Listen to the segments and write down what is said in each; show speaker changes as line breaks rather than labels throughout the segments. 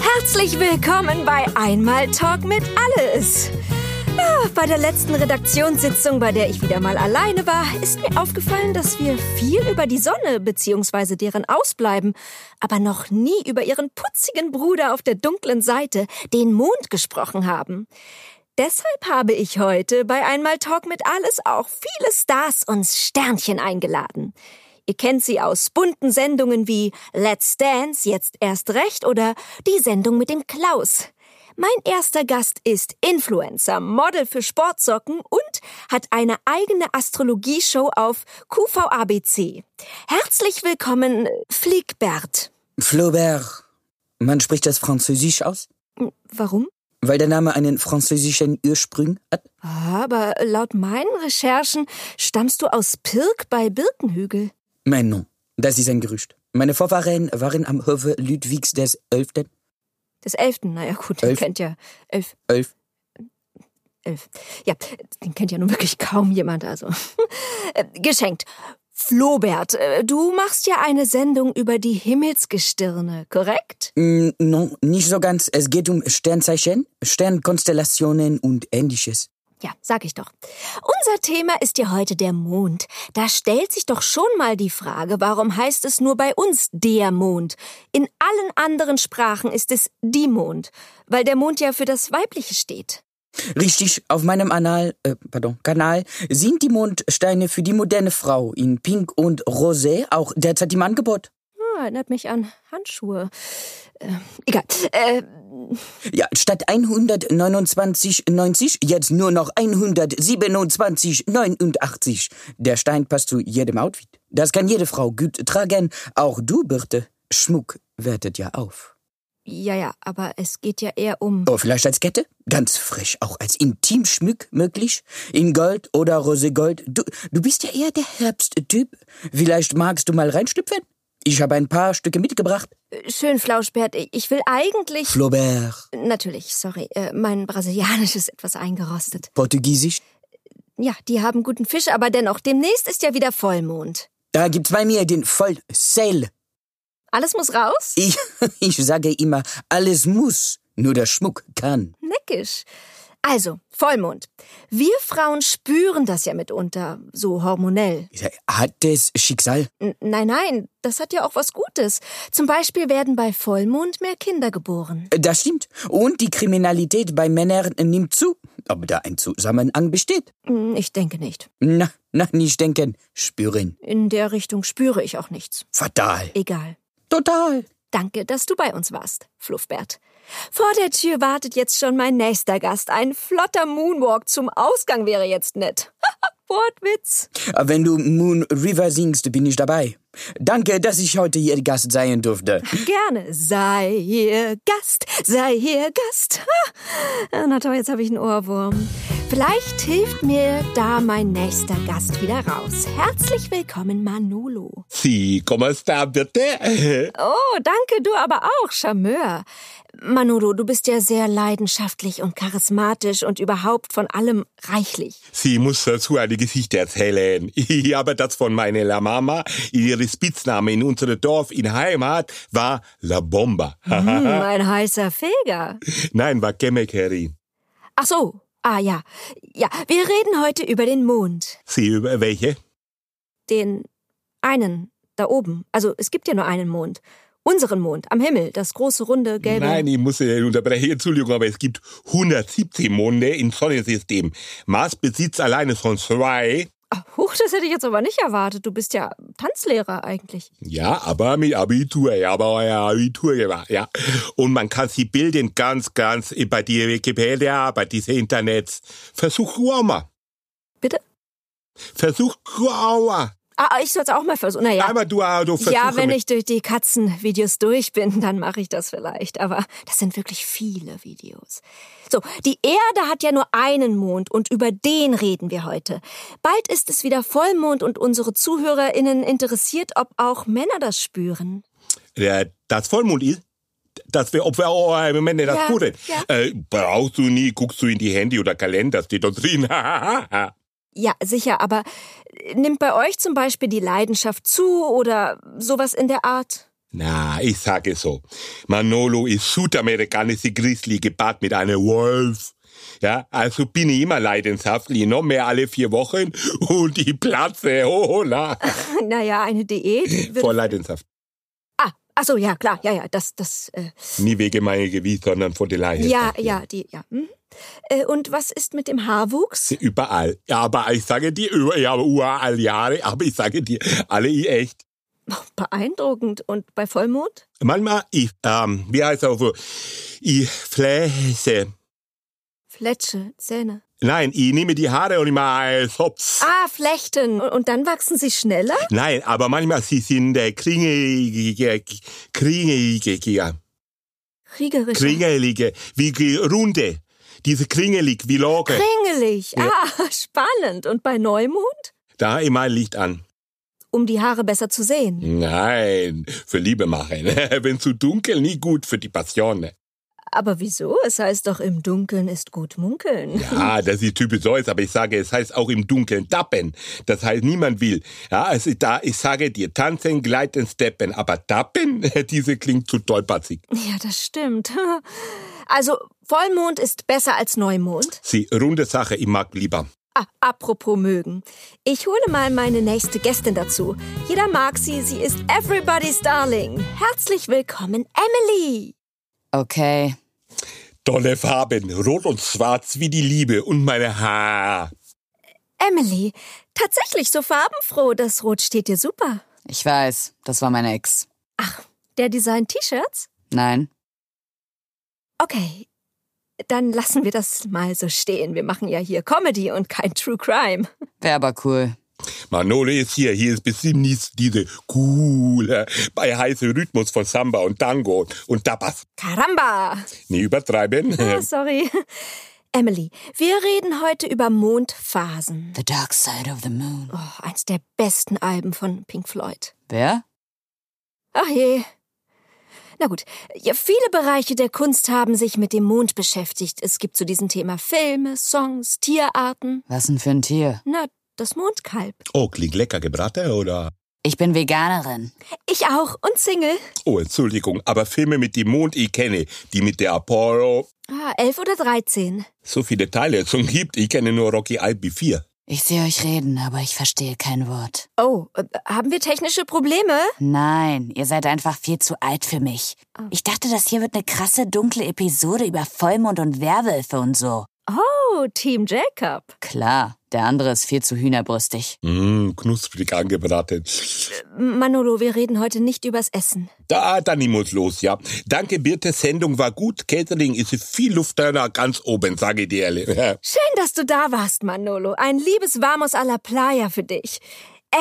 Herzlich willkommen bei Einmal Talk mit Alles. Ah, Bei der letzten Redaktionssitzung, bei der ich wieder mal alleine war, ist mir aufgefallen, dass wir viel über die Sonne bzw. deren Ausbleiben, aber noch nie über ihren putzigen Bruder auf der dunklen Seite, den Mond, gesprochen haben. Deshalb habe ich heute bei Einmal Talk mit Alles auch viele Stars und Sternchen eingeladen. Ihr kennt sie aus bunten Sendungen wie Let's Dance, jetzt erst recht oder die Sendung mit dem Klaus. Mein erster Gast ist Influencer, Model für Sportsocken und hat eine eigene Astrologieshow auf QVABC. Herzlich willkommen, Flickbert.
Flaubert. Man spricht das Französisch aus,
Warum?
weil der Name einen französischen Ursprung hat.
Aber laut meinen Recherchen stammst du aus Pirk bei Birkenhügel.
Mein Name. Das ist ein Gerücht. Meine Vorfahren waren am Hofe Ludwigs des Elften.
Des Elften, naja gut, den
Elf.
kennt ja elf,
Elf.
elf. Ja, den kennt ja nun wirklich kaum jemand, also. Äh, Geschenkt. Flobert, äh, du machst ja eine Sendung über die Himmelsgestirne, korrekt?
Mm, no, nicht so ganz. Es geht um Sternzeichen, Sternkonstellationen und ähnliches.
Ja, sag ich doch. Unser Thema ist ja heute der Mond. Da stellt sich doch schon mal die Frage, warum heißt es nur bei uns der Mond? In allen anderen Sprachen ist es die Mond, weil der Mond ja für das Weibliche steht.
Richtig, auf meinem Anal, äh, pardon, Kanal sind die Mondsteine für die moderne Frau in Pink und Rosé auch derzeit im Angebot.
Ah, erinnert mich an Handschuhe. Äh, egal. Äh,
Ja, statt 129,90 jetzt nur noch 127,89. Der Stein passt zu jedem Outfit. Das kann jede Frau gut tragen. Auch du, Birte. Schmuck wertet ja auf.
ja, ja, aber es geht ja eher um.
Oh, vielleicht als Kette? Ganz frisch, auch als Intimschmuck möglich? In Gold oder Roségold? Du, du bist ja eher der Herbsttyp. Vielleicht magst du mal reinschlüpfen? Ich habe ein paar Stücke mitgebracht.
Schön, Flauschbert. Ich will eigentlich.
Flaubert,
Natürlich, sorry. Äh, mein Brasilianisch ist etwas eingerostet.
Portugiesisch.
Ja, die haben guten Fisch, aber dennoch, demnächst ist ja wieder Vollmond.
Da gibt's bei mir den Voll-Sale.
Alles muss raus?
Ich, ich sage immer, alles muss, nur der Schmuck kann.
Neckisch. Also, Vollmond. Wir Frauen spüren das ja mitunter, so hormonell.
Hat das Schicksal?
N nein, nein, das hat ja auch was Gutes. Zum Beispiel werden bei Vollmond mehr Kinder geboren.
Das stimmt. Und die Kriminalität bei Männern nimmt zu. Ob da ein Zusammenhang besteht?
Hm, Ich denke nicht.
Na, na, nicht denken, spüren.
In der Richtung spüre ich auch nichts.
Fatal.
Egal.
Total.
Danke, dass du bei uns warst, Fluffbert. Vor der Tür wartet jetzt schon mein nächster Gast. Ein flotter Moonwalk zum Ausgang wäre jetzt nett. Wortwitz.
Wenn du Moon River singst, bin ich dabei. Danke, dass ich heute hier Gast sein durfte.
Gerne. Sei hier Gast, sei hier Gast. Ah, Na toll, jetzt habe ich einen Ohrwurm. Vielleicht hilft mir da mein nächster Gast wieder raus. Herzlich willkommen, Manolo.
Sí, ¿cómo está, Birte?
Oh, danke, du aber auch, Charmeur. Manolo, du bist ja sehr leidenschaftlich und charismatisch und überhaupt von allem reichlich.
Sie muss dazu eine Geschichte erzählen. Ich habe das von meiner La Mama. Ihre Spitzname in unserem Dorf in Heimat war La Bomba.
Hm, ein heißer Feger.
Nein, war Chemikerin.
Ach so. Ah ja. Ja, wir reden heute über den Mond.
Sie über äh, welche?
Den einen da oben. Also es gibt ja nur einen Mond. Unseren Mond am Himmel, das große runde gelbe.
Nein, ich muss äh, unterbrechen. Entschuldigung, aber es gibt 117 Monde im Sonnensystem. Mars besitzt alleine schon zwei.
Ah, huch, das hätte ich jetzt aber nicht erwartet. Du bist ja Tanzlehrer eigentlich.
Ja, aber mit Abitur, ja, aber ja, Abitur gemacht, ja. Und man kann sie bilden ganz, ganz bei die Wikipedia, bei diesen Internets. Versuch Guama.
Bitte?
Versuch Guama.
Ah, ich soll's auch mal versuchen. Naja.
Aber du, ah, du versuch
Ja, wenn
mit-
ich durch die Katzenvideos durch bin, dann mache ich das vielleicht. Aber das sind wirklich viele Videos. So, die Erde hat ja nur einen Mond und über den reden wir heute. Bald ist es wieder Vollmond und unsere ZuhörerInnen interessiert, ob auch Männer das spüren.
Ja, das Vollmond ist. Dass wir, ob wir, oh, Moment, das
Ja,
ja, tun.
ja.
Äh, brauchst du nie, guckst du in die Handy oder Kalender, steht da drin.
Ja, sicher, äh, aber nimmt bei euch zum Beispiel die Leidenschaft zu oder sowas in der Art?
Na, ich sage so. Manolo ist südamerikanische Grizzly gepaart mit einem Wolf. Ja, also bin ich immer leidenschaftlich, noch mehr alle vier Wochen und ich platze, hola,
Naja, eine Diät. Wird,
vor Leidenschaft.
ah, ach so, ja, klar, ja, ja, das, das, äh,
Nie wegen meiner Gewicht, sondern vor der Leidenschaft.
ja, ja, die, ja. Hm. Äh, und was ist mit dem Haarwuchs?
Überall. Ja, aber ich sage dir, über, ja, aber überall Jahre, aber ich sage dir, alle ich echt.
Oh, beeindruckend. Und bei Vollmond?
Manchmal, ich, ähm, wie heißt auch so, ich fläche.
Fletsche, Zähne.
Nein, ich nehme die Haare und ich mache Sops.
Ah, Flechten. Und- Und dann wachsen sie schneller?
Nein, aber manchmal sie sind äh, kringelige, kringelige,
Kriegerisch.
kringelige, wie ge- runde. Diese kringelig, wie Loge.
Kringelig. Ah, spannend. Und bei Neumond?
da immer ein Licht an.
Um die Haare besser zu sehen.
Nein, für Liebe machen. Wenn zu dunkel, nie gut für die Passion.
Aber wieso? Es heißt doch, im Dunkeln ist gut munkeln.
Ja, das ist typisch Zeus, aber ich sage, es heißt auch im Dunkeln tappen. Das heißt, niemand will. Ja, also da, ich sage dir, tanzen, gleiten, steppen, aber tappen, diese klingt zu tollpatzig.
Ja, das stimmt. Also, Vollmond ist besser als Neumond.
Sie, runde Sache, ich mag lieber.
Ah, apropos mögen. Ich hole mal meine nächste Gästin dazu. Jeder mag sie, sie ist everybody's darling. Herzlich willkommen, Emily.
Okay.
Tolle Farben, rot und schwarz wie die Liebe und meine Haare.
Emily, tatsächlich so farbenfroh, das Rot steht dir super.
Ich weiß, das war mein Ex.
Der Design T-Shirts?
Nein.
Okay, dann lassen wir das mal so stehen. Wir machen ja hier Comedy und kein True Crime.
Wär aber cool.
Manolo ist hier, hier ist bestimmt nicht diese coole, bei heiße Rhythmus von Samba und Tango und Tapas.
Caramba!
Nie übertreiben.
Ah, sorry. Emily, wir reden heute über Mondphasen.
The Dark Side of the Moon.
Oh, eins der besten Alben von Pink Floyd.
Wer?
Ach je. Na gut, ja, viele Bereiche der Kunst haben sich mit dem Mond beschäftigt. Es gibt zu diesem Thema Filme, Songs, Tierarten.
Was denn für ein Tier?
Na, das Mondkalb.
Oh, klingt lecker gebraten, oder?
Ich bin Veganerin.
Ich auch und Single.
Oh, Entschuldigung, aber Filme mit dem Mond, ich kenne die mit der Apollo.
Ah, elf oder dreizehn.
So viele Teile es schon gibt, ich kenne nur Rocky IB4.
Ich sehe euch reden, aber ich verstehe kein Wort.
Oh, äh, haben wir technische Probleme?
Nein, ihr seid einfach viel zu alt für mich. Oh. Ich dachte, das hier wird eine krasse, dunkle Episode über Vollmond und Werwölfe und so.
Oh, Team Jacob.
Klar, der andere ist viel zu hühnerbrüstig.
Mm, knusprig angebraten.
Manolo, wir reden heute nicht übers Essen.
Da, dann ich muss los, ja. Danke, Birte, Sendung war gut. Catering ist viel lufterner ganz oben, sage ich dir ehrlich.
Schön, dass du da warst, Manolo. Ein liebes Vamos a la Playa für dich.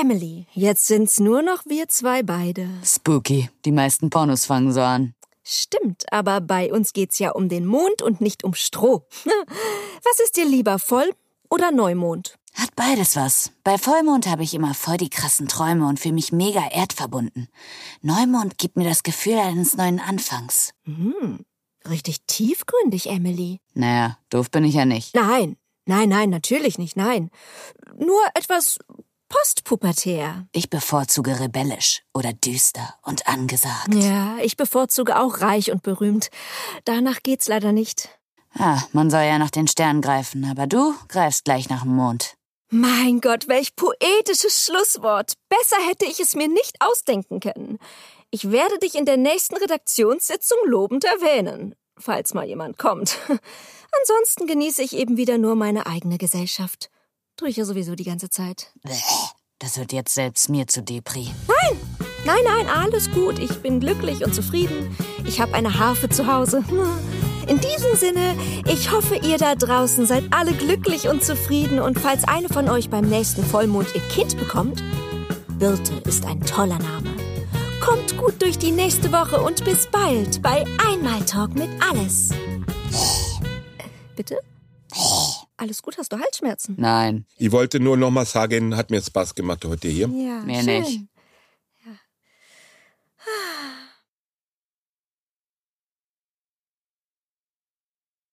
Emily, jetzt sind's nur noch wir zwei beide.
Spooky. Die meisten Pornos fangen so an.
Stimmt, aber bei uns geht's ja um den Mond und nicht um Stroh. Was ist dir lieber, Voll- oder Neumond?
Hat beides was. Bei Vollmond habe ich immer voll die krassen Träume und fühle mich mega erdverbunden. Neumond gibt mir das Gefühl eines neuen Anfangs.
Hm, richtig tiefgründig, Emily.
Naja, doof bin ich ja nicht.
Nein, nein, nein, natürlich nicht, nein. Nur etwas postpubertär.
Ich bevorzuge rebellisch oder düster und angesagt.
Ja, ich bevorzuge auch reich und berühmt. Danach geht's leider nicht.
Ah, man soll ja nach den Sternen greifen, aber du greifst gleich nach dem Mond.
Mein Gott, welch poetisches Schlusswort. Besser hätte ich es mir nicht ausdenken können. Ich werde dich in der nächsten Redaktionssitzung lobend erwähnen, falls mal jemand kommt. Ansonsten genieße ich eben wieder nur meine eigene Gesellschaft. Tue ich ja sowieso die ganze Zeit.
Bäh, Das wird jetzt selbst mir zu Depri.
Nein, nein, alles gut. Ich bin glücklich und zufrieden. Ich habe eine Harfe zu Hause. In diesem Sinne, ich hoffe, ihr da draußen seid alle glücklich und zufrieden. Und falls eine von euch beim nächsten Vollmond ihr Kind bekommt, Birte ist ein toller Name. Kommt gut durch die nächste Woche und bis bald bei Einmal Talk mit Alles. Bitte? Alles gut, hast du Halsschmerzen?
Nein,
Ich wollte nur nochmal sagen, hat mir Spaß gemacht heute hier.
Ja,
Mir nicht.